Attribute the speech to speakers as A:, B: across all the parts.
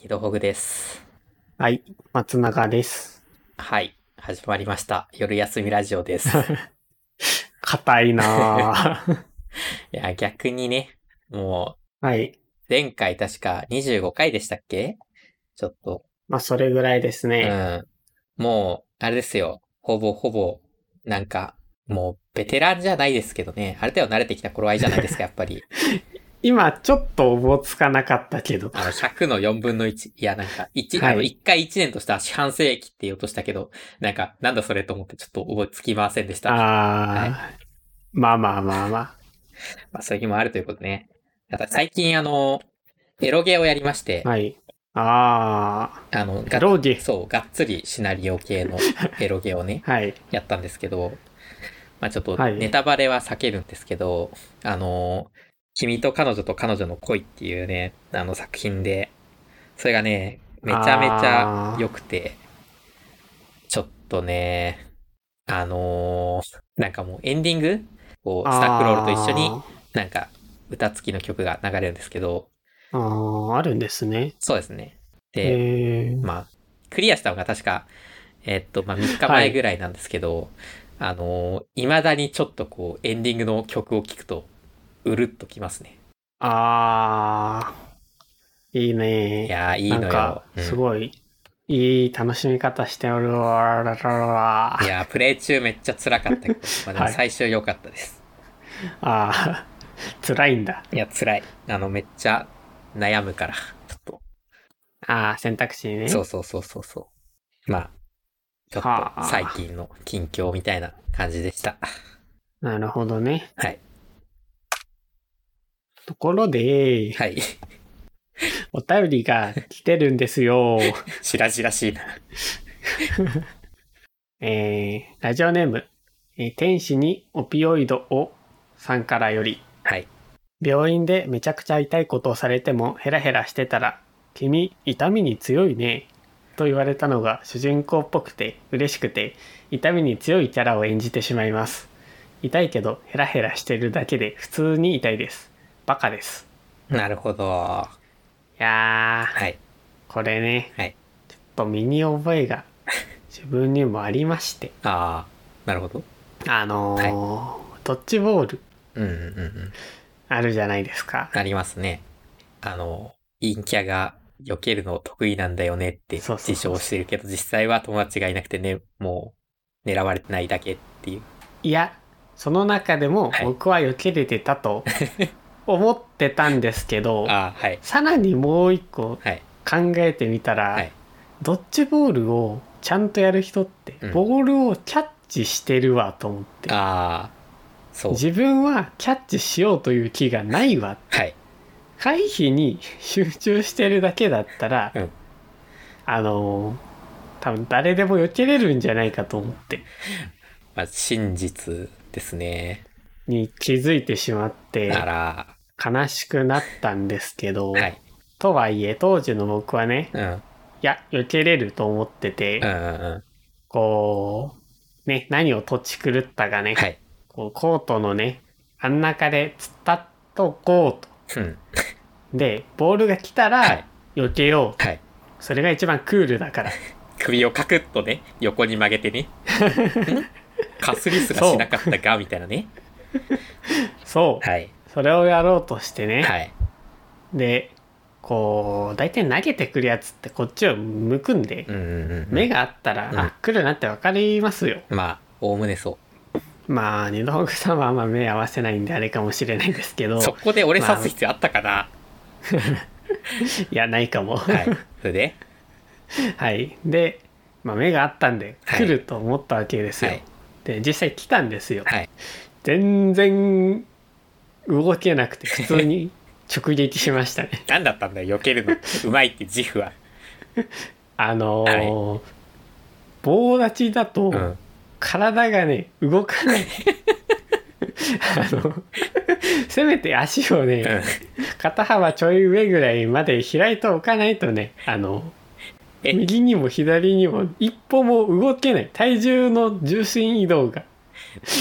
A: ヒロホグです。
B: はい、松永です。
A: はい。始まりました。夜休みラジオ です。
B: 硬 いなぁ。
A: いや、逆にね、も
B: はい。
A: う、前回確か25回でしたっけちょっと。
B: まあ、それぐらいです
A: う
B: ね。
A: ん。もう、あれですよ。ほぼほぼ、なんか、もう、ベテランじゃないですけどね。ある程度慣れてきた頃合いじゃないです か、やっぱり。
B: 今、ちょっとおぼつかなかったけど。
A: あの、100の4分の1。いや、なんか、1、
B: はい
A: あの、1回1年とした四半世紀って言おうとしたけど、なんか、なんだそれと思ってちょっと覚えつきませんでした。
B: あー、まあまあまあまあ。
A: まあ、そういう日もあるということでね。ただ最近、あの、エロゲーをやりまして、
B: はい。あ
A: あの、
B: ー、
A: が
B: ローディ。、
A: そう、がっつりシナリオ系のエロゲーをね
B: はい。
A: やったんですけど、まあちょっと
B: はい
A: ネタバレは避けるんですけど、あの、君と彼女と彼女の恋っていうね、あの作品で、それがね、めちゃめちゃ良くて、ちょっとね、あのなんかもうエンディングをスタッフロールと一緒になんか歌付きの曲が流れるんですけど、
B: あー。あーあるんですね。
A: そうですね。で、
B: えー、
A: まあ、クリアしたのが確か、えっと、まあ3日前ぐらいなんですけど、あのー、未だにちょっとこう、エンディングの曲を聴くと、うるっときますね。
B: あー、いいね
A: いやー、いいの
B: なん
A: よ
B: か。、
A: うん
B: すごい、いい楽しみ方しておるわらららら
A: いやー、プレイ中めっちゃ辛かったけど、まあでも
B: はい
A: 最終良かったです。
B: あー、辛いんだ。
A: い、や、辛い。あの、めっちゃ悩むから、ちょっと。
B: あー、選択肢ね。
A: そうそうそうそうそう。まあ、ちょっ
B: は
A: と
B: あ
A: 最近の近況みたいな感じでした。
B: なるほどね。
A: はい。
B: ところで、
A: はい。
B: お便りが来てるんです よ。
A: しらじらしいな。
B: えー、ラジオネーム、えー天使にオピオイドをさんからより、
A: はい。
B: 病院でめちゃくちゃ痛いことをされてもヘラヘラしてたら、君、痛みに強いね。と言われたのが主人公っぽくて嬉しくて、痛みに強いキャラを演じてしまいます。痛いけどヘラヘラしてるだけで普通に痛いです。バカです。
A: なるほど。はい
B: やー、
A: い。
B: これね、
A: はい。
B: ちょっと身に覚えが自分にもありまして、
A: ああ、なるほど。
B: あのードッジボール
A: うんうんうんうん。
B: あるじゃないですか。
A: ありますね。あの、陰キャが避けるの得意なんだよねって
B: そう
A: 自
B: そうそう
A: 称してるけど、実際は友達がいなくてね、もう狙われてないだけっていう。
B: いや、その中でも
A: はい
B: 僕は避けれて たと思ってたんですけど、
A: ああ、はい。
B: さらにもう一個
A: はい。
B: 考えてみたら、
A: はい
B: ドッジボールをちゃんとやる人って、
A: うん
B: ボールをキャッチしてるわと思って、
A: ああ、そう。
B: 自分はキャッチしようという気がないわ
A: はい。
B: 回避に 集中してるだけだったら、
A: うん
B: あのー多分誰でも避けれるんじゃないかと思って
A: まあ、真実ですね。
B: に気づいてしまって
A: なら、
B: 悲しくなったんですけど、
A: はい。
B: とはいえ当時の僕はね
A: うん。うん
B: いや避けれると思ってて、
A: うんう
B: こうね何をとち狂ったか
A: ん。
B: ね、
A: はい。
B: こうコートのね真ん中で突っ立っとこうと
A: うん。
B: でボールが来
A: は
B: たら
A: い。
B: 避けよう、
A: はい。
B: それが一番クールだから
A: 首をカクッとね、横に曲げてね。ん かすりすらしなかったが、みたいなね。
B: そう、
A: はい。
B: それをやろうとしてね、
A: はい。
B: でこう大体投げてくるやつってこっちを向くんで、
A: うんうんうんうん。
B: 目があったら、
A: うん
B: あ来るなって分かりますよ
A: まあ、おおむねそ
B: まあ二の奥さんはあんま目合わせないんであれかもしれないですけど
A: う。そこで俺刺す必要あったかな、
B: いやないか もは
A: はい
B: い、。
A: それで、
B: で、まあ、目があったんで
A: はい
B: 来ると思ったわけですよ、
A: はい
B: で実際来たんですよ、
A: はい
B: 全然動けなくて普通 に直撃しましたね
A: 何だったんだよ、避けるの。うまいって自負は。
B: あのー棒立ちだと、
A: うん。
B: 体がね動 かないあのせめて足をね、
A: うん
B: 肩幅ちょい上ぐらいまで開いておかないとねあの
A: え
B: 右にも左にも一歩も動けな い体重の重心移動が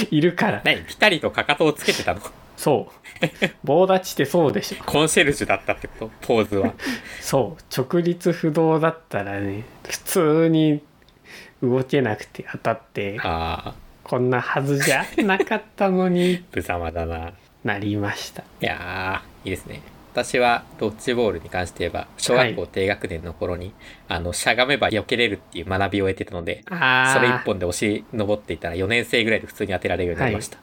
B: いるから
A: 何ピタリとかかとをつけてたの
B: そう。棒立ちってそうでしょ。
A: コンシェルジュだったってことポーズは。
B: そう。直立不動だったらね、普通に動けなくて当たって、
A: ああ、
B: こんなはずじゃなかったのに
A: 無様だな。
B: なり ました。
A: いやー、いいですね。私はドッジボールに関して言えば、小学校低学年の頃に、あの、しゃがめば避けれるっていう学びを得てたので、
B: ああ。
A: それ一本で押し登っていたら4年生ぐらいで普通に当てられるようになりました。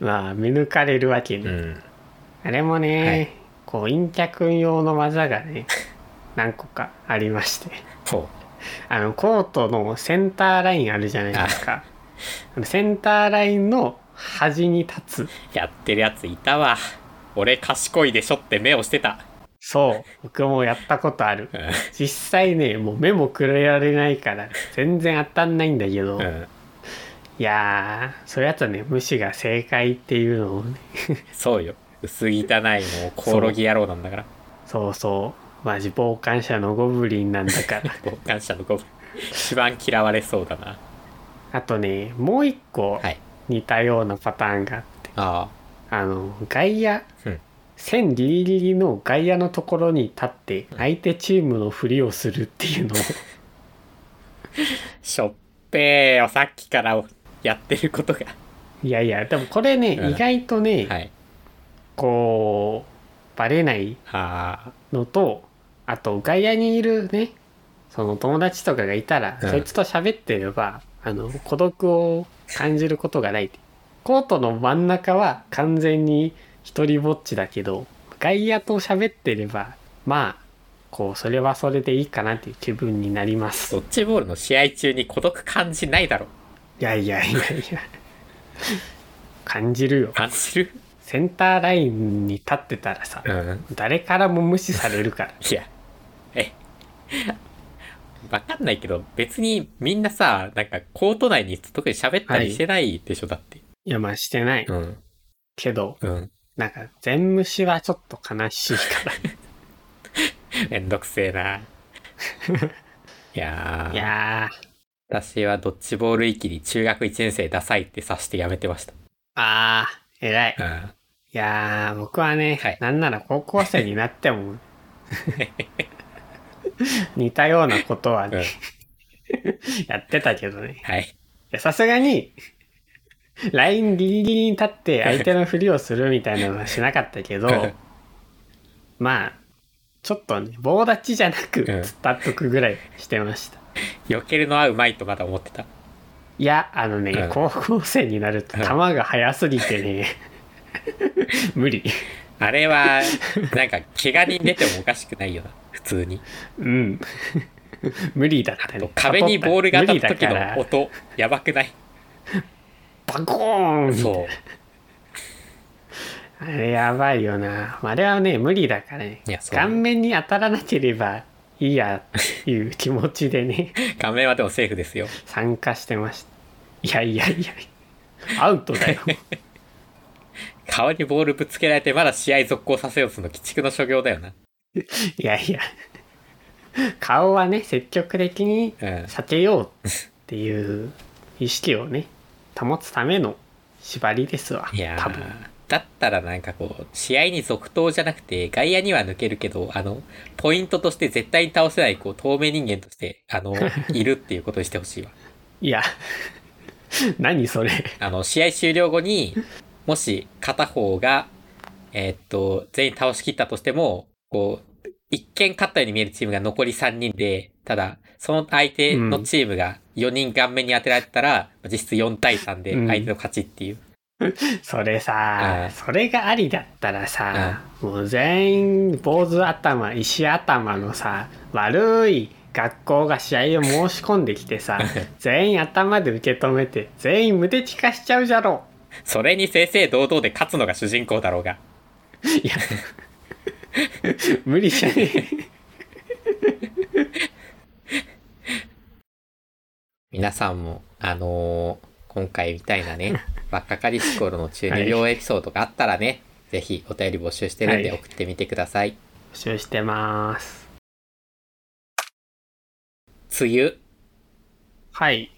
B: まあ、見抜かれるわけね。
A: うん。
B: あれもね、
A: はい
B: こう、陰脚用の技が ね、何個かありまして。
A: そう。
B: あの、コートのセンターラインあるじゃないですか。あのセンターラインの端に立つ。
A: やってるやついたわ。俺賢いでしょって目をしてた。
B: そう、僕もやったことある。
A: うん
B: 実際ね、もう目もくれられないから、全然当たんないんだけど、
A: うん。
B: いやー、そういうやつはね、無視が正解っていうのをね、
A: そうよ。薄汚いもうコオロギ野郎なんだから。
B: そうそう、マジ傍観者のゴブリンなんだ から。
A: 傍観者のゴブ。一番嫌われそうだな。
B: あとね、もう一個
A: はい。
B: 似たようなパターンがあって、
A: あ
B: あの、外野、
A: あ。うん。
B: 線ギリギリの外野のところに立って相手チームのふりをするっていうのを
A: しょっぺーよ、さっきからやってることが。
B: いやいやでもこれね、
A: うん
B: 意外とね、
A: はい。
B: こうバレない
A: あ
B: のとあと外野にいるねその友達とかがいたら、
A: うん
B: そいつと喋ってればあの孤独を感じることがないってコートの真ん中は完全に一人ぼっちだけど外野と喋ってればまあこうそれはそれでいいかなっていう気分になります
A: ー。ドッジボールの試合中に孤独感じないだろ。
B: いやいやいやいや感じるよ
A: 感じる
B: センターラインに立ってたらさ
A: うん。
B: 誰からも無視されるから
A: いや、え、わかんないけど、別にみんなさ、なんかコート内に特に喋ったりしてないでしょ、だって。
B: いやまあしてない
A: うん。
B: けど
A: うん。
B: なんか全無視はちょっと悲しいか
A: めんどくせえ な。いや
B: ら
A: ー
B: いやー
A: 私はドッジボール域に中学1年生ダサいって察してやめてました。
B: あー偉い
A: うん。
B: いやー僕はね、
A: はい
B: なんなら高校生になっ ても似たようなことはね、やってたけどね
A: はい。
B: いやさすがに、ラインギリギリに立って相手のふりをするみたいなのはしなかったけど、 まあ、ちょっとね、棒立ちじゃなく、
A: ん
B: 突っ立っとくぐらいしてました。
A: 避けるのはうまいとまだ思ってた。
B: いや、あのね、
A: うん
B: 高校生になると
A: うん
B: 球が速すぎてね、 無理。
A: あれは、なんか、怪我に出てもおかしくないよな、普通に。
B: うん。 無理だったね。
A: 壁にボールが当たった時
B: 無理だか
A: の
B: ら
A: 音、やばくない
B: バコーン
A: そう。
B: あれやばいよな。あれはね、無理だからね
A: いや。そう
B: 顔面に当たらなければいいやっていう気持ちで ね、
A: 画面はでもセーフですよ。
B: 参加してました。いやいやいや、アウト だよ。
A: 顔にボールぶつけられてまだ試合続行させようとするの鬼畜の所業だよな。
B: いやいや。顔はね、積極的に
A: うん。
B: 避けようっていう意識をね、保つための縛りですわ。
A: いや
B: 多
A: ー
B: 分。
A: だったらなんかこう、試合に続投じゃなくて、外野には抜けるけど、あの、ポイントとして絶対に倒せない、こう、透明人間として、あ の、いるっていうことにしてほしいわ。
B: いや、 何それ。
A: あの、試合終了後に、もし片方が、えーっと、全員倒しきったとしても、こう、一見勝ったように見えるチームが残り3人で、ただ、その相手のチームが4人顔面に当てられてたら、実質4対3で
B: うん
A: 相手の勝ちっていう。
B: それさ、
A: うん
B: それがありだったらさ、もう全員坊主頭石頭のさ悪い学校が試合を申し込んでき てさ全員頭で受け止めて全員無敵化しちゃうじ ゃろ
A: それに正々堂々で勝つのが主人公だろうが。
B: いや無理じゃねえ
A: 皆さんも、あのー今回みたいな ね、若かりし頃の中二病エピソードがあったらね、ぜひお便り募集してるんで
B: はい
A: 送ってみてください。
B: 募集してます
A: 梅雨。
B: はい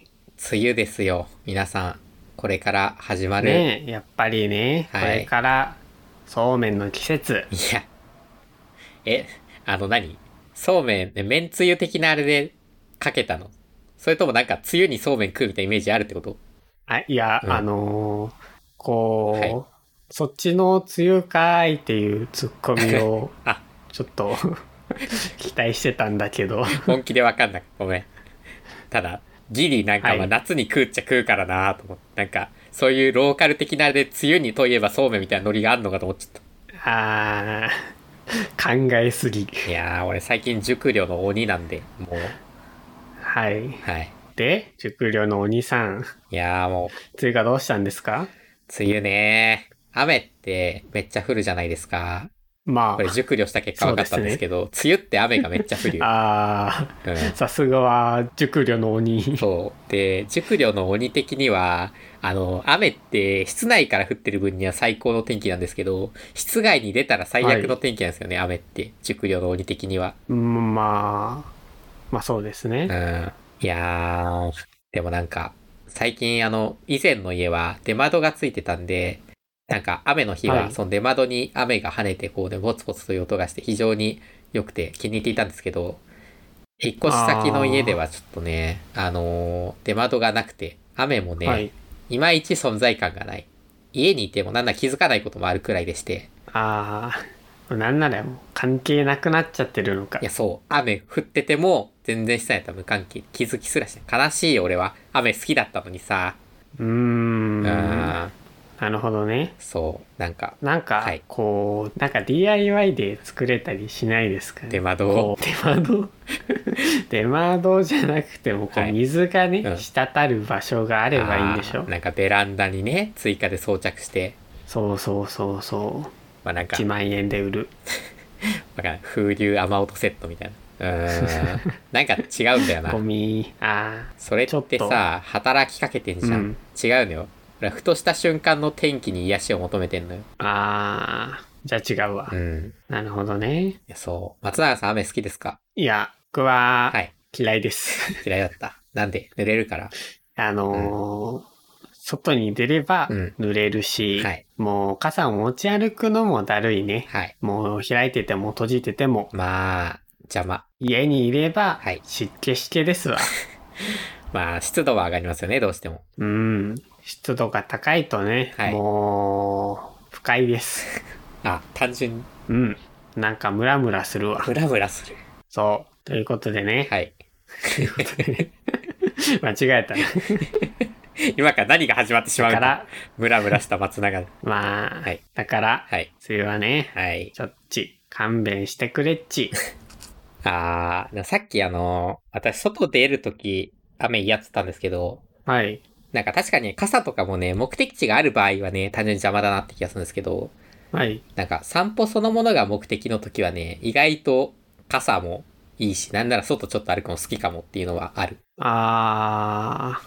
A: 梅雨ですよ皆さん今これから始まる、
B: ねえやっぱりね、
A: はい
B: これからそうめんの季節
A: いやえあの何そうめんえめんつゆ的なあれでかけたのそれともなんかつゆにそうめん食うみたいなイメージあるってこと
B: あいや、
A: うん
B: あのーこう、
A: はい
B: そっちの梅雨かーいっていうツッコミ を
A: あ
B: ちょっと 期待してたんだけど
A: 本気でわかんなくごめんただギリなんか
B: は
A: まあ
B: い
A: 夏に食うっちゃ食うからなと思って、なんかそういうローカル的なあれで梅雨にといえばそうめんみたいなノリがあるのかと思っちゃった
B: あー考えすぎ
A: いやー、俺最近熟慮の鬼なんで、もう、
B: はい
A: はい。
B: で熟慮のお兄さん
A: いやーも
B: 梅雨がどうしたんですか
A: う、梅雨ね雨ってめっちゃ降るじゃないですか。
B: ま
A: これ熟慮した結果
B: そ
A: 分か
B: うで
A: っ
B: す
A: た
B: ね
A: んですけど、梅雨って雨がめっちゃ降る。
B: ああー
A: うん
B: さすがは熟慮の鬼
A: そう。で、熟慮の鬼的には、あの、雨って室内から降ってる分には最高の天気なんですけど、室外に出たら最悪の天気なんですよね、雨って。熟慮の鬼的には。
B: うんまあまあそうですね、
A: うん。いやー、でもなんか、最近あの、以前の家は出窓がついてたんで、なんか雨の日
B: は
A: はいその出窓に雨が跳ねてこうね、ぼつぼつという音がして非常に良くて気に入っていたんですけど、引っ越し先の家ではちょっとね、あのー出窓がなくて、雨もね、、
B: はいい
A: まいち存在感がない。家にいてもなんなら気づかないこともあるくらいでして、
B: ああなんならもう関係なくなっちゃってるのか
A: いや、そう、雨降ってても、全然したんやったら無関係、気づきすらしない。悲しいよ、俺は。雨好きだったのにさ。
B: うーん
A: うん、
B: なるほどね
A: そう、なんか、
B: なんか、
A: はい
B: こうなんか DIY で作れたりしないですかね
A: 出窓を
B: こ。う出窓 出窓じゃなくてもこ
A: は
B: う
A: い
B: 水がね、
A: うん
B: 滴る場所があればいいんでしょ
A: あーなんかベランダにね、追加で装着して、
B: そうそうそうそう
A: まあなんか、
B: 1万円で売る
A: わかんない風流雨音セットみたいな。うーん。なんか違うんだよな
B: ゴ。ミあ
A: それ
B: ちょ
A: っ
B: っと
A: てさ、働きかけてんじゃん。
B: うん
A: 違うのよ。俺はふとした瞬間の天気に癒しを求めてんのよ。
B: ーあーじゃあ違うわ、
A: うん。
B: なるほどね
A: いやそう。松永さん雨好きですか
B: いや僕は
A: はい。
B: 嫌いです、
A: 嫌いだった。なんで濡れるから。
B: あのー外に出れば
A: うん
B: 濡れるし、
A: はい
B: もう傘を持ち歩くのもだるいね。
A: はい。
B: もう開いてても閉じてても、
A: まあ、邪魔。
B: 家にいれば
A: はい
B: 湿気湿 気ですわ。
A: まあ、湿度は上がりますよね、どうしても。
B: うん。湿度が高いとね、
A: はい
B: もう不快です。
A: あ、単純に
B: うん。なんかムラムラするわ。
A: ムラムラする。
B: そう。ということでね。
A: はい。
B: 間違えたね。
A: 今から何が始まってしま
B: だ
A: うの
B: から、
A: ムラムラした松 永。
B: まあ、
A: はい
B: だから、
A: はい。
B: 梅雨はね、
A: はい。
B: ちょっち、勘弁してくれっ ち。
A: あー、さっきあの、私外出るとき雨嫌ってたんですけど、
B: はい。
A: なんか確かに傘とかもね、目的地がある場合はね、単純に邪魔だなって気がするんですけど、
B: はい。
A: なんか散歩そのものが目的の時はね、意外と傘もいいし、なんなら外ちょっと歩くの好きかもっていうのはある。
B: あ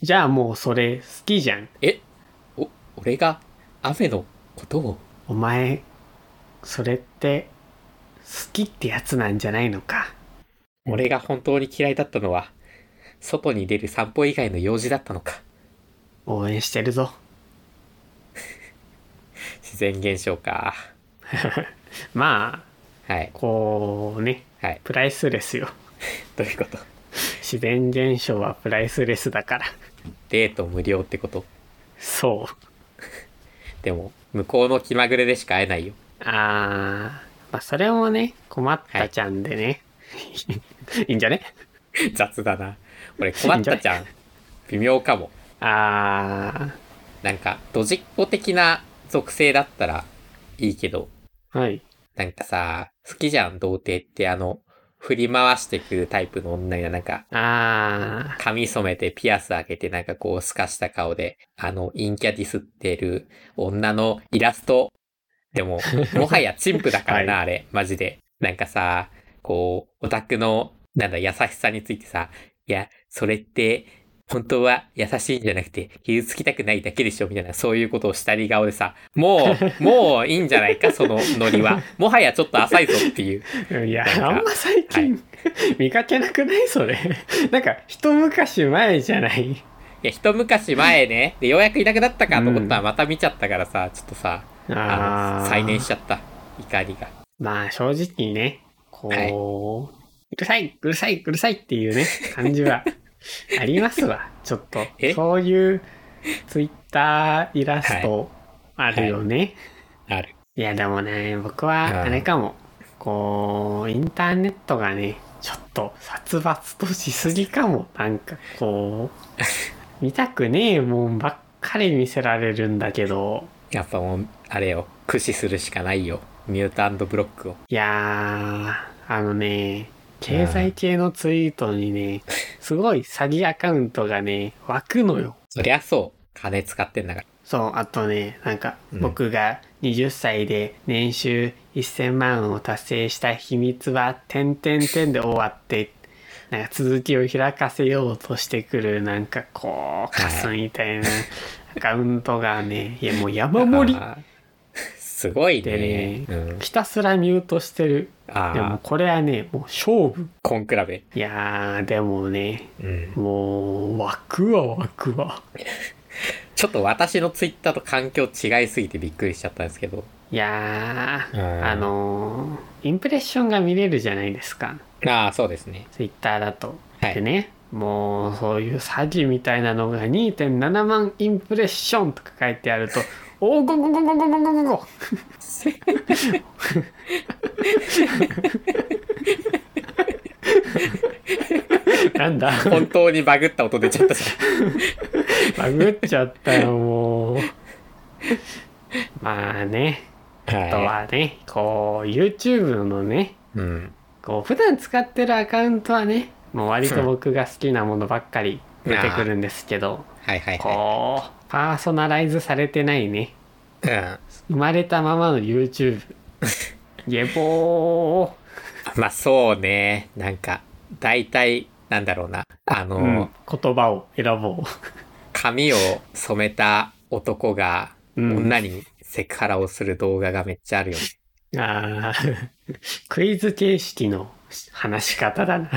B: ー、じゃあもうそれ好きじゃん。
A: えお、俺が雨のことを
B: お前、それって、好きってやつなんじゃないのか。
A: 俺が本当に嫌いだったのは、外に出る散歩以外の用事だったのか。
B: 応援してるぞ。
A: 自然現象か。
B: まあ、
A: はい。
B: こうね、
A: はい。
B: プライスレスよ。
A: どういうこと
B: 自然現象はプライスレスだから。
A: デート無料ってこと
B: そう。
A: でも、向こうの気まぐれでしか会えないよ。
B: あー、まあそれもね、困ったちゃんでね。 い、いんじゃね
A: 雑だな。俺困ったじゃん。微妙かも。
B: あ
A: なんか、ドジっ子的な属性だったらいいけど、
B: ー、はい。
A: なんかさ、好きじゃん、童貞ってあの、振り回してくるタイプの女がなんか、
B: あ
A: 髪染めてピアス開けてなんかこう透かした顔で、あの、陰キャディスってる女のイラスト。でも、もはやチンプだからな、あれ、マジで。なんかさ、こう、オタクの、なんだ、優しさについてさ、いや、それって、本当は優しいんじゃなくて、傷つきたくないだけでしょみたいな、そういうことをしたり顔でさ、もう、もういいんじゃないか、そのノリは。もはやちょっと浅いぞっていう。
B: ー、いや
A: なん、か
B: あんま最 近、見かけなくないそれ。なんか、一昔前じゃない。
A: いや、一昔前ね、で、ようやくいなくなったかと思ったらまた見ちゃったからさ、ちょっとさ、あの、再燃しちゃった。怒りが。
B: まあ正直ね、こう、うるさい、うるさい、うるさいってい うね、感じはありますわ、ちょっと
A: え。
B: そういうツイッターイラストあるよね。い
A: ある。
B: やでもね、僕
A: うん
B: はあれかも、こう、インターネットがね、ちょっと殺伐としすぎかも、なんかこ う、見たくねえもんばっかり見せられるんだけど、
A: やっぱもう、あれよ、駆使するしかないよ。ミュータントブロックを。
B: いやー、あのね、経済系のツイートにね、すごい詐欺アカウントがね、湧くのよ。
A: そりゃそう。金使ってんだから。
B: そう、あとね、なんか、
A: うん
B: 僕が20歳で年収1000万を達成した秘密は、点点点で終わって、なんか続きを開かせようとしてくる、なんかこう、カスみたいなアカウント がね、いやもう山盛り。
A: あーすごいね。
B: で
A: うん。
B: ひたすらミュートしてる。でも
A: ああ、
B: これはね、もう勝負。
A: コンクラベ。
B: いやー、でもね、
A: うん。
B: もう、湧くわ湧くわ。
A: ちょっと私のツイッターと環境違いすぎてびっくりしちゃったんですけど。
B: いやー、
A: うん
B: あのー、インプレッションが見れるじゃないですか。
A: ああ、そうです ね。
B: ツイッターだと。
A: はい
B: でね、もう、そういう詐欺みたいなのが2.7万インプレッションとか書いてあると、おー、ゴゴゴゴゴゴゴゴゴなんだ
A: 本当にバグった音出ちゃったじ
B: バグっちゃったよ、もう。まあね、
A: ゃん。
B: あと はね、こう、YouTube のね、
A: い。うん。
B: こう普段使ってるアカウントはねもう割と僕が好きなものばっかり出てくるんですけど
A: はいはいは
B: こうパーソナライズされてないね
A: い。うん。
B: 生まれたままの YouTube イエボー
A: まあそうね。なんか、大体、なんだろうな。あの、
B: うん言葉を選ぼ
A: 髪を染めた男が、
B: うん
A: 女にセクハラをする動画がめっちゃあるよね。
B: うあー クイズ形式の話し方だな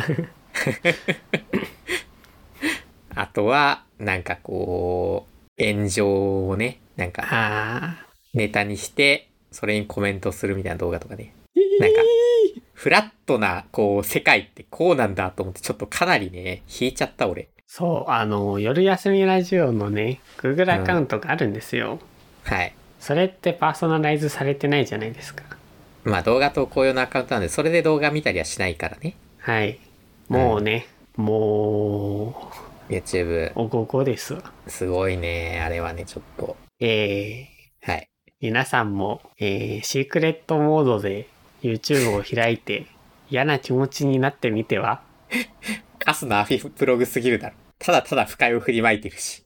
A: あとは、なんかこう、炎上をね、なんか
B: あ
A: ネタにして、それにコメントするみたいな動画とかね。
B: ー
A: なんかフラットな、こう、世界ってこうなんだと思って、ちょっとかなりね、引いちゃった俺。
B: そうあの夜休みラジオのね Google アカウントがあるんですよ、
A: はい。
B: それってパーソナライズされてないじゃないですか
A: まあ動画投稿用のアカウントなんで、それで動画見たりはしないからね。
B: はい。もうね、も
A: YouTube
B: う、。おごごですわ。
A: すごいね。あれはね、ちょっと。
B: えー、
A: はい。
B: 皆さんも、えー、シークレットモードで YouTube を開いて、嫌な気持ちになってみては
A: カスのアフィフブログすぎるだろ。ただただ不快を振りまいてるし。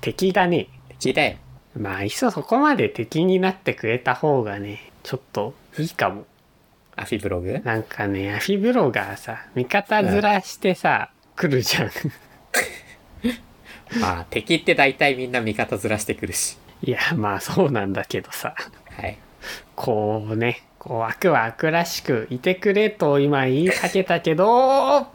B: 敵がね、
A: 聞いたよ。
B: まあ、いっそそこまで敵になってくれた方がね、ちょっといいかも。
A: アフィブログ
B: なんかね、アフィブロガーさ、味方ずらしてさ、来るじゃん。
A: まあ、敵って大体みんな味方ずらしてくるし。
B: いや、まあそうなんだけどさ。
A: はい。
B: こうね、こう悪は悪らしくいてくれと今言いかけたけど、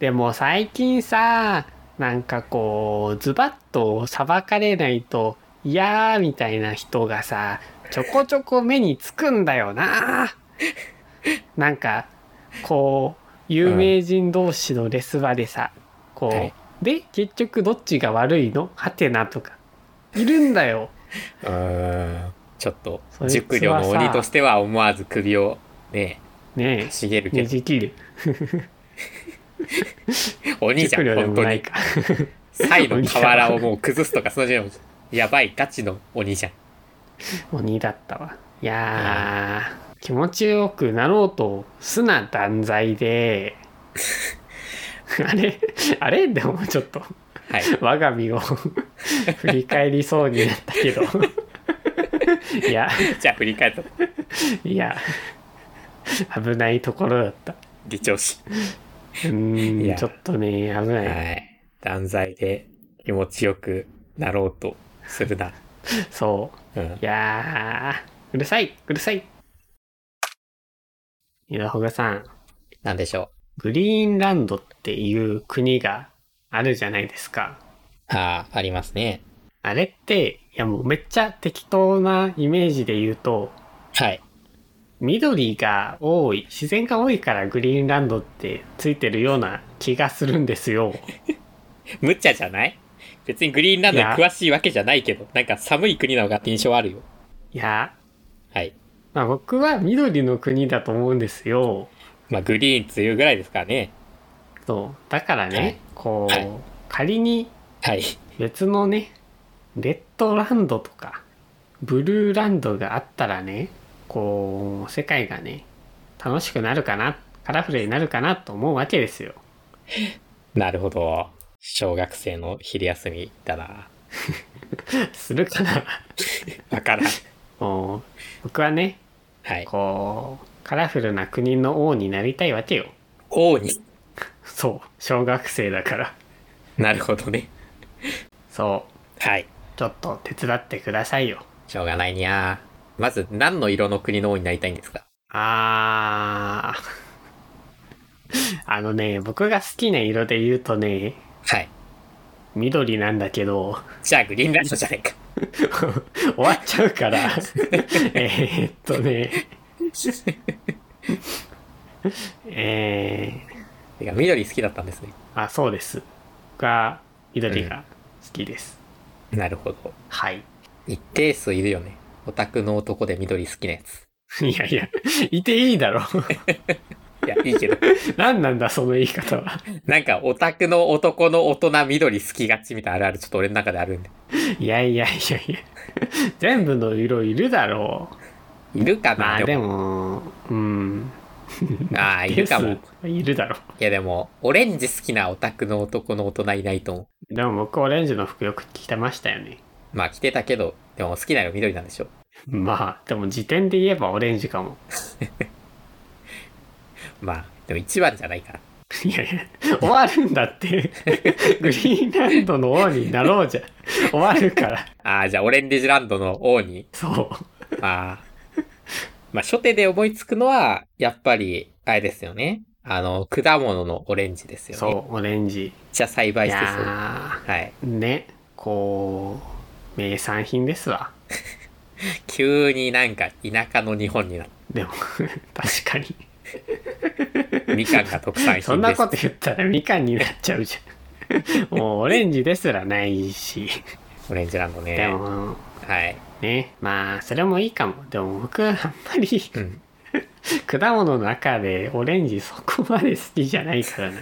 B: でも最近さ、なんかこう、ズバッと裁かれないと嫌みたいな人がさ、ちょこちょこ目につくんだよな。なんか、こう、有名人同士のレス場でさ、こう、
A: はい
B: で、結局どっちが悪いのはてなとか、いるんだよ。
A: うーん。ちょっと
B: そ、いつはさ
A: 熟慮の鬼としては思わず首をね、
B: ねえ
A: か。しげるけ
B: ね
A: ど、
B: じ切る。
A: 鬼じゃ
B: 熟
A: ん、
B: 慮で
A: 本
B: も
A: 当
B: ない
A: に。
B: か。
A: サイの瓦をもう崩すとか、その時点でやばい、ガチの鬼じゃん。
B: 鬼だったわ。いやー、気持ちよくなろうと、素な断罪で、 あれあれでもちょっと、
A: はい。
B: 我が身を振り返りそうになったけど。 いや、
A: じゃあ振り返った。
B: いや、危ないところだった。
A: 議長し。
B: うー
A: い
B: ん、
A: や
B: ちょっとね、危ない。
A: はい。断罪で気持ちよくなろうとするな。
B: そう。
A: うん
B: い。やー、うるさい、うるさい。いや、ほがさん、
A: なんでしょ
B: グリーンランドっていう国があるじゃないですか。
A: ああ、ありますね。
B: あれって、いやもうめっちゃ適当なイメージで言うと、
A: はい。
B: 緑が多い、自然が多いからグリーンランドってついてるような気がするんで すよ。
A: 無茶じゃない別にグリーンランドに詳しいわけじゃないけど、なんか寒い国なのが印象あるよ。
B: いや、
A: はい。
B: まあ僕は緑の国だと思うんですよ。
A: まあ、グリーン梅雨ぐらいですからね。
B: そう。だからね、
A: はい
B: こう、
A: はい
B: 仮に
A: はい。
B: 別のね、レッドランドとか、ブルーランドがあったらね、こう、世界がね、楽しくなるかな、カラフルになるかなと思うわけですよ。
A: なるほど。小学生の昼休みだな。
B: するかな。
A: わからん。
B: もう、僕はね、
A: はい。
B: こう、カラフルな国の王になりたいわけよ。
A: 王に。
B: そう。小学生だから。
A: なるほどね。
B: そ
A: はい。
B: う。ちょっと手伝ってくださいよ。
A: しょうがないにゃー。まず、何の色の国の王になりたいんですか
B: あー。あのね、僕が好きな色で言うとね、
A: はい。
B: 緑なんだけど、
A: じゃあ、グリーンランドじゃないか。
B: 終わっちゃうから、えーっとね、え
A: てか、緑好きだったんですね。
B: ー、あ、そうです。僕は緑が好きです。
A: なるほど。
B: はい。
A: 一定数いるよね。オタクの男で緑好きなやつ。
B: いやいや、いていいだろ。
A: いや、いいけど。
B: 何なんだ、その言い方は。
A: なんか、オタクの男の大人緑好きがちみたいなあるある、ちょっと俺の中であるんで。
B: いやいやいやいや。全部の色いるだろ
A: いるか
B: う。ま
A: な
B: あで。も、うん。
A: ああ、いるかも。い
B: です。いるだろ
A: や、でも、オレンジ好きなオタクの男の大人いないと思
B: う。でも僕オレンジの服よく着てましたよね。
A: う。まあ、着てたけど、でも好きな色緑なんでしょ。
B: まあ、でも時点で言えばオレンジかも。
A: まあ、でも一番じゃないから。
B: いやいや、終わるんだって。グリーンランドの王になろうじゃん。終わるから。
A: ああ、じゃあ、オレンジランドの王に
B: そう。
A: まあ、まあ、初手で思いつくのは、やっぱり、あれですよね。あの、果物のオレンジですよね。めっ
B: そう、オレンジ。
A: ちゃ栽
B: い
A: 培してそう。
B: や
A: はい。
B: ー、ね、こう、名産品ですわ。
A: 急になんか田舎の日本になっ
B: でも、 確かに。
A: て、みかんが特産
B: そ
A: 品
B: ん
A: で
B: な
A: す
B: こ。と言ったらみかんになっちゃうじゃん。もうオレンジですらないし。
A: オレンジランド
B: で
A: ね。
B: も、
A: はい。
B: ね、まあ、それもいいかも。でも僕、あんまり
A: うん。
B: 果物の中でオレンジそこまで好きじゃないからな。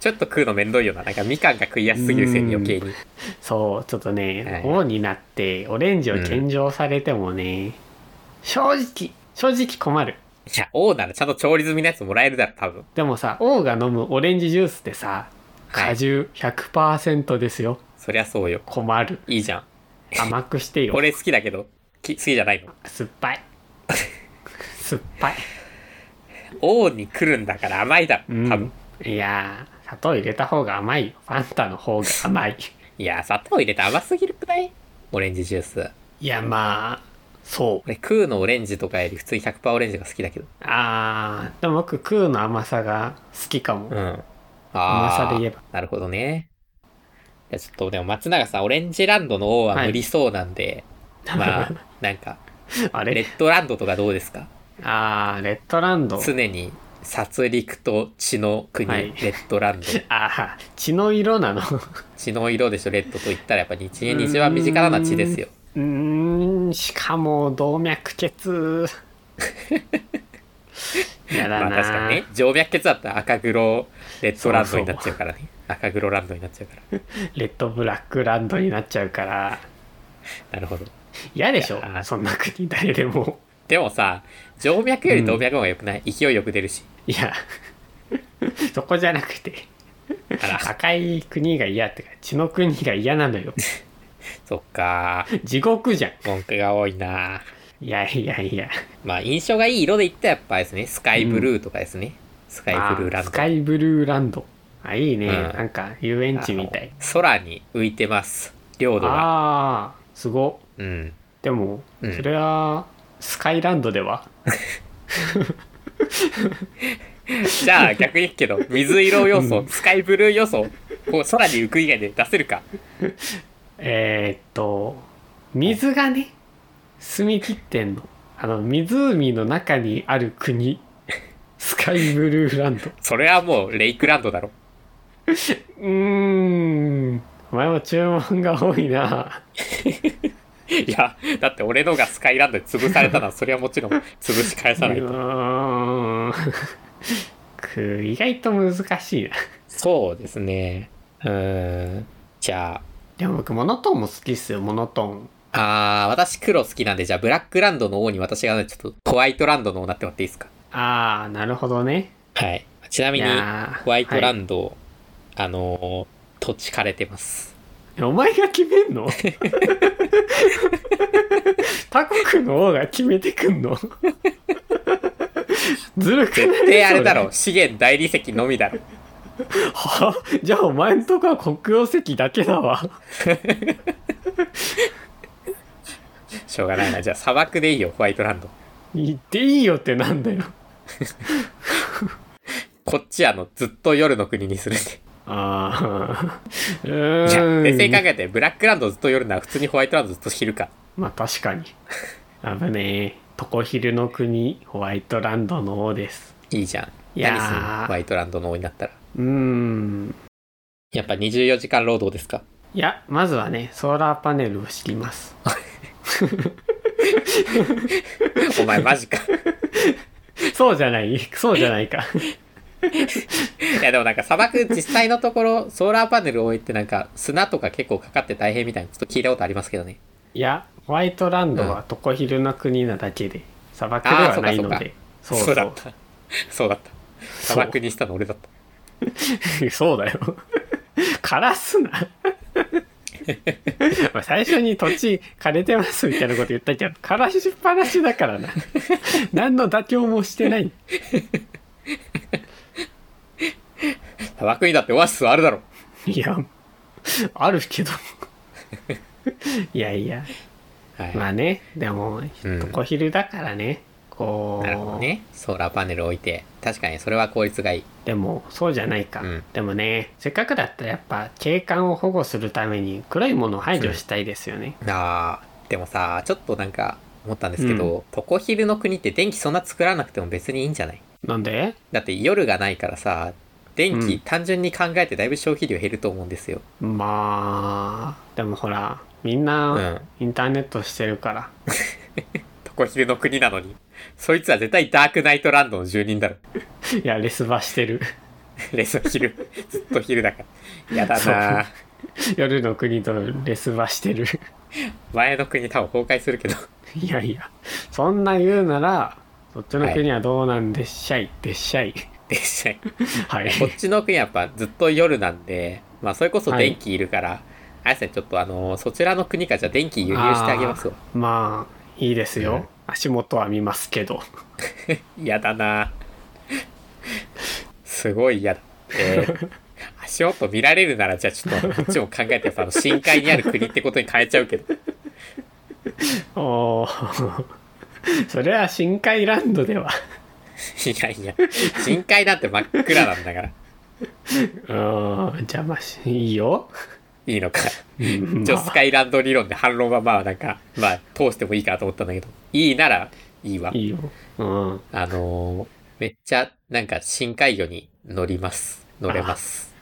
A: ちょっと食うのめんどいよな。なんかみかんが食いやすすぎるせいに余計に。
B: そう、ちょっとね、
A: はい
B: 王になってオレンジを献上されてもね、正直、正直困る。
A: いや、王ならちゃんと調理済みのやつもらえるだろ、多分。
B: でもさ、王が飲むオレンジジュースってさ、
A: はい
B: 果汁100%ですよ。
A: そりゃそうよ。
B: 困る。
A: いいじゃん。
B: 甘くしてよ。
A: 俺好きだけど、き好きじゃないの。
B: 酸っ ぱい。酸っぱい。
A: 王に来るんだから甘いだ
B: う
A: ろ、多分。
B: ん。いやー、砂糖入れた方が甘いよ。ファンタの方が甘い。
A: いや、砂糖入れて甘すぎるくないオレンジジュース。
B: いや、まあ、そう。
A: 俺、空のオレンジとかより普通に100%オレンジが好きだけど。
B: あー、でも僕、空の甘さが好きかも。
A: うん。あ
B: 甘
A: あ。
B: さで言えば。
A: なるほどね。いや、ちょっとでも松永さん、オレンジランドの王は無理そうなんで、まあ、なん か、
B: あ
A: レ
B: れ
A: ッドランドとかどうですか
B: あー、レッドランド。
A: 常に殺戮と血の国、
B: はい
A: レッドラ ンド。
B: あー、血の色なの。う
A: 血の色でしょ、レッドと言ったらやっぱ日縁に一番身近なのは血ですよ。
B: ーん、しかも、動 脈血。やだ
A: ま
B: な、
A: あ確かにね、静脈血だったら赤黒レッドランドになっちゃうから ね。赤黒ランドになっちゃうから。
B: レッドブラックランドになっちゃうから、
A: なるほど。
B: 嫌でしょ
A: いやー
B: そんな国誰でも。
A: でもさ、静脈より動脈の方が良くない、勢いよく出るし。
B: いや、そこじゃなくて、
A: あら、
B: 赤い国が嫌ってか、血の国が嫌なのよ。
A: そっかー。
B: 地獄じゃん。
A: 文句が多いなー。
B: いやいやいや。
A: まあ、印象がいい色で言ったらやっぱですね、スカイブルーとかですね。スカイブルーラン
B: あ
A: ド。
B: スカイブルーランド。あ、いいね。
A: うん
B: なんか、遊園地みたい。
A: あの空に浮いてます。領土が。
B: ああー、すご。
A: うん。
B: でも、
A: うん
B: それは、スカイランドでは
A: じゃあ逆に言うけど、水色要素、スカイブルー要素、こう空に浮く以外で出せるか。
B: えーっと水がね澄み切ってんのあの湖の中にある国 スカイブルーランド
A: それはもうレイクランドだろ。
B: うーんお前も注文が多いない
A: や、だって俺のがスカイランドで潰されたのは、それはもちろん潰し返さないうと。
B: ーん く意外と難しいな
A: そうですね。うーん。じゃ
B: でも僕モノトーンも好きっすよモノトーン
A: あ、あー、私黒好きなんで、じゃあブラックランドの王に私がねちょっとホワイトランドの王になってもらっていいですか。
B: ああなるほどね
A: はい。ちないみに、
B: やー
A: ホワイトラ
B: は
A: ンド、あのー、土地枯れてます。
B: いお前が決めんの他国の王が決めてくんのずるくない
A: 絶対あれだ
B: そ
A: ろ、資源大理石のみだろ。
B: はじゃあお前んとこは黒曜石だけだわ
A: しょうがないな。じゃあ砂漠でいいよ、ホワイトランド。
B: 言っていいよってなんだよ
A: こっちあの、ずっと夜の国にするんで。
B: ああう
A: じゃあ、
B: ーん
A: 冷静に考えて、ブラックランドずっと夜なら普通にホワイトランドずっと昼か。
B: まあ確かに危ねえトコヒルの国ホワイトランドの王です
A: いいじゃん。
B: いやー
A: 何すんのホワイトランドの王になったら。
B: うーん
A: やっぱ24時間労働 ですか
B: いやまずはねソーラーパネルを敷きます
A: お前マジか。
B: そうじゃないそうじゃないか
A: いやでもなんか砂漠実際のところ、ソーラーパネル置いてなんか砂とか結構かかって大変みたいにちょっと聞いたことありますけどね。
B: いやホワイトランドはトコヒルの国なだけで砂漠ではないのでそうそう
A: だった。そうだった。砂漠にしたの俺だった。
B: そうだよ。枯らすな。 お前最初に土地枯れてますみたいなこと言ったけど、枯らしっぱなしだからな。 何の妥協もしてない。
A: 砂漠にだってオアシスはあるだろ。
B: いや、あるけど。 いやいや、
A: はい。
B: まあね、でも、
A: うん
B: トコヒルだからね、こう、
A: なるほどね。ソーラーパネル置いて。確かにそれは効率がいい。
B: でもそうじゃないか、
A: うん
B: でもね、せっかくだったらやっぱ景観を保護するために黒いものを排除したいですよね。
A: あーでもさ、ちょっとなんか思ったんですけど、トコヒルの国って電気そんな作らなくても別にいいんじゃない
B: なんで
A: だって夜がないからさ、電気、
B: うん
A: 単純に考えてだいぶ消費量減ると思うんですよ。
B: まあでもほらみん
A: う。
B: なんインターネットしてるから、
A: トコヒルの国なのに。そいつは絶対ダークナイトランドの住人だろ。
B: いやレスバしてる
A: レスの昼。ずっと昼だから。やだなぁ
B: 夜の国とレスバしてる
A: 前の国多分崩壊するけど。
B: いやいやそんな言うならそっちの国はどうなんでっしゃい、でっしゃい
A: でしたい
B: はい
A: こっちの国はやっぱずっと夜なんで、まあそれこそ電気いるから、あれですね、ちょっとあの、そちらの国からじゃあ電気輸入してあげますわ。
B: まあいいですよ、
A: うん
B: 足元は見ますけど
A: 嫌だなぁすごい嫌だ。え ー足音見られるならじゃあちょっとこっちも考えてさ、あの深海にある国ってことに変えちゃうけど。
B: おー それは深海ランドではい
A: やいや、深海なんて真っ暗なんだから。
B: うーん邪魔しいいよ
A: いいのか。
B: うん
A: 一応
B: まあ
A: スカイランド理論で反論はまあなんか、まあ通してもいいかなと思ったんだけど、いいならいいわ。
B: いいようん
A: あのーめっちゃなんか深海魚に乗ります。乗れます。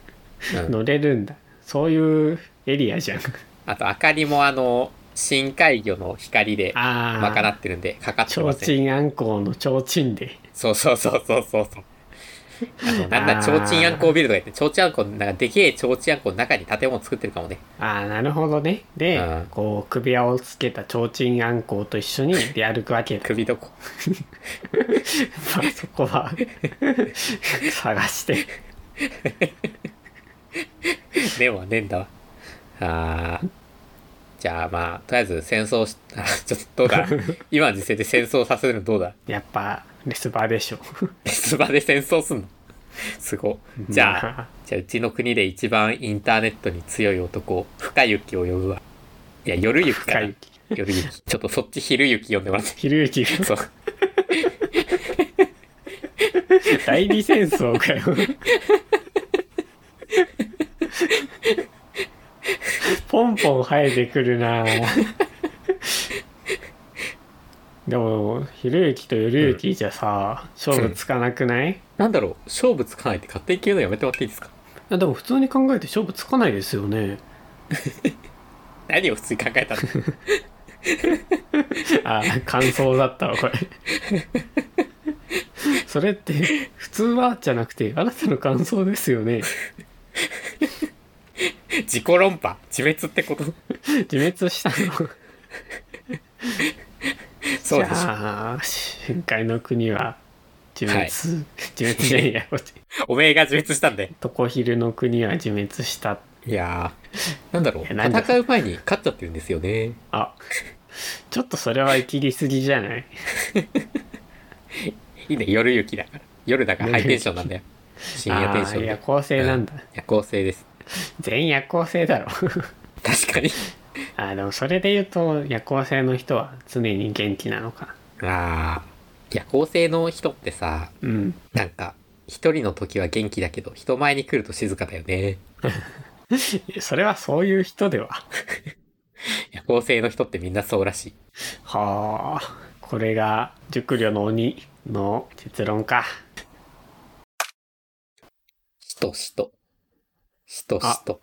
A: うん、
B: 乗れるんだそういうエリアじゃん
A: あと、明かりもあの、深海魚の光で
B: ああ
A: 賄ってるんで、かかってま
B: 提
A: せん。
B: 灯あんこうの提灯で
A: そうそうそうそうそうそう。あの、なんだ、
B: あ
A: ち
B: ー
A: ょうちんあんこビルドが言って、ちょうちんあんこ、なんかでけえちょうちんあんこの中に建物作ってるかも ね。
B: ああなるほどねで、
A: うん
B: こう首輪をつけた提灯あんこうと一緒に出歩くわけだ
A: 首どこ。
B: まあそこは 探して
A: 目はねえんだわ。あーじゃあまあ、とりあえず戦争し、 あちょっとどう だ。今の時世で戦争させるのどうだ。
B: やっぱレスバーでしょ
A: 別場で戦争すんのすごい。じゃあ、
B: まあ
A: じゃあうちの国で一番インターネットに強い男、深雪を呼ぶわ。いや、夜雪か
B: 深
A: な
B: 雪。
A: 夜雪。ちょっ とそっち昼雪呼んでもらって。
B: ひるゆき
A: そう。
B: 代理戦争 かよポンポン生えてくるなでもひろゆきとよりゆきじゃさ、勝負つかなくない、
A: なんだろう、勝負つかないって勝手に決めるのやめてもらっていいですか
B: あでも普通に考えて勝負つかないですよね
A: 何を普通に考えたの
B: あ感想だったわ これそれって普通はじゃなくてあなたの感想ですよね
A: 自己論破自滅ってこと
B: 自滅したの
A: そうでしょ。
B: じゃあ深海の国は自
A: は
B: 滅、
A: い
B: 自滅じゃねえやこっち
A: おめえが自滅したんで。
B: トコヒルの国は自滅した
A: いやー、なんだろう、
B: いやなんだ
A: 戦う前に勝っちゃってるんですよね。
B: あちょっとそれは生きりすぎじゃない
A: いいね、夜雪だから。夜だからハイテンションなん だよ。深夜テンション
B: あー
A: で
B: 夜。行性なんだ、
A: 夜行性です。
B: 全夜行性だろ
A: 確かに。
B: あーでもそれで言うと夜行性の人は常に元気なのか
A: あー、夜行性の人ってさ、
B: うん
A: なんか、一人の時は元気だけど、人前に来ると静かだよね。
B: それはそういう人では
A: 夜行性の人ってみんなそうらしい。
B: はあこれが熟慮の鬼の結論か
A: しとしと。しとしと。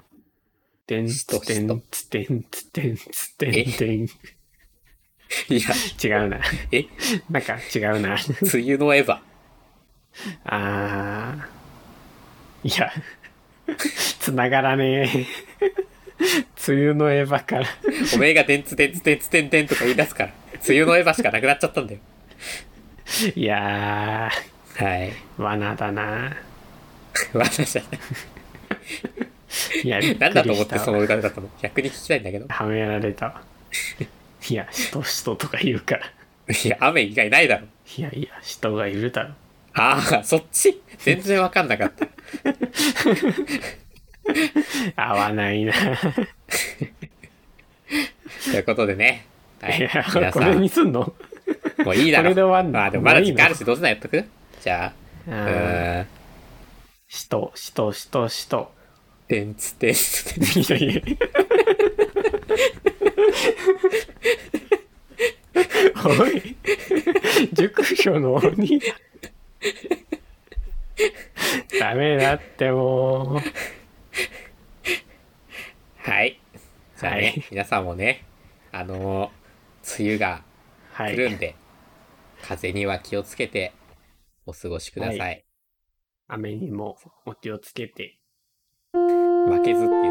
B: てん
A: しと
B: つて
A: しと
B: んつてんつてんつてんてん
A: いや、
B: 違うな
A: え
B: なんか違う
A: 梅雨のエ
B: な
A: ヴァ。
B: あーいやつながらねえ梅雨のエヴァから
A: おめえが電通電通電通電電とか言い出すから、梅雨のエヴァしかなくなっちゃったんだよ。
B: いや
A: はい。
B: ー罠だな
A: 私は、
B: いやびっくりした
A: なんだと思ってその歌だったの逆に聞きたいんだけど。
B: はめられたいやしとしととか言うから
A: いや、雨以外ないだろ。
B: いやいや人がいるだろ
A: ああ、そっち全然わかんなかった。
B: 合わないな
A: ということでね。はいい。
B: や
A: 皆
B: こ
A: さ
B: れ
A: ん
B: に、すんの
A: もういいだろ。
B: これで終わんの
A: まあでもまだ時間ある
B: もうい
A: し、
B: い
A: どうせならやっとくじゃあ、う
B: あー
A: ーん。
B: しとしとしとしと
A: 電通電通電
B: いやいやおい熟女の鬼ダメだってもう
A: はい。じゃあね、
B: はい
A: 皆さんもね、あのー梅雨が
B: は
A: 来る
B: い
A: んで、風には気をつけてお過ごしください。
B: 雨にもお気をつけて
A: 負けずっていう